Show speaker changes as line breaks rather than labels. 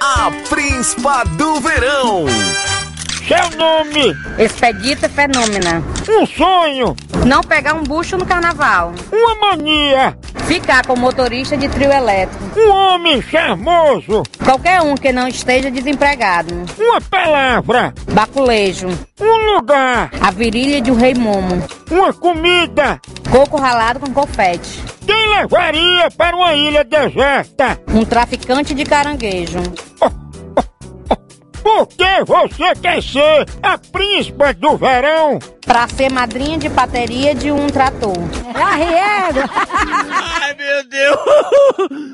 A Príncipa do Verão.
Seu nome,
Expedita Fenômena.
um sonho,
Não pegar um bucho no carnaval.
uma mania,
Ficar com motorista de trio elétrico.
um homem charmoso,
Qualquer um que não esteja desempregado.
uma palavra,
Baculejo.
um lugar,
A virilha de um rei momo.
uma comida.
Coco ralado com confete.
Quem levaria para uma ilha deserta?
Um traficante de caranguejo.
Por que você quer ser a príncipa do verão?
Pra ser madrinha de bateria de um trator. Arriego!
Ai, meu Deus.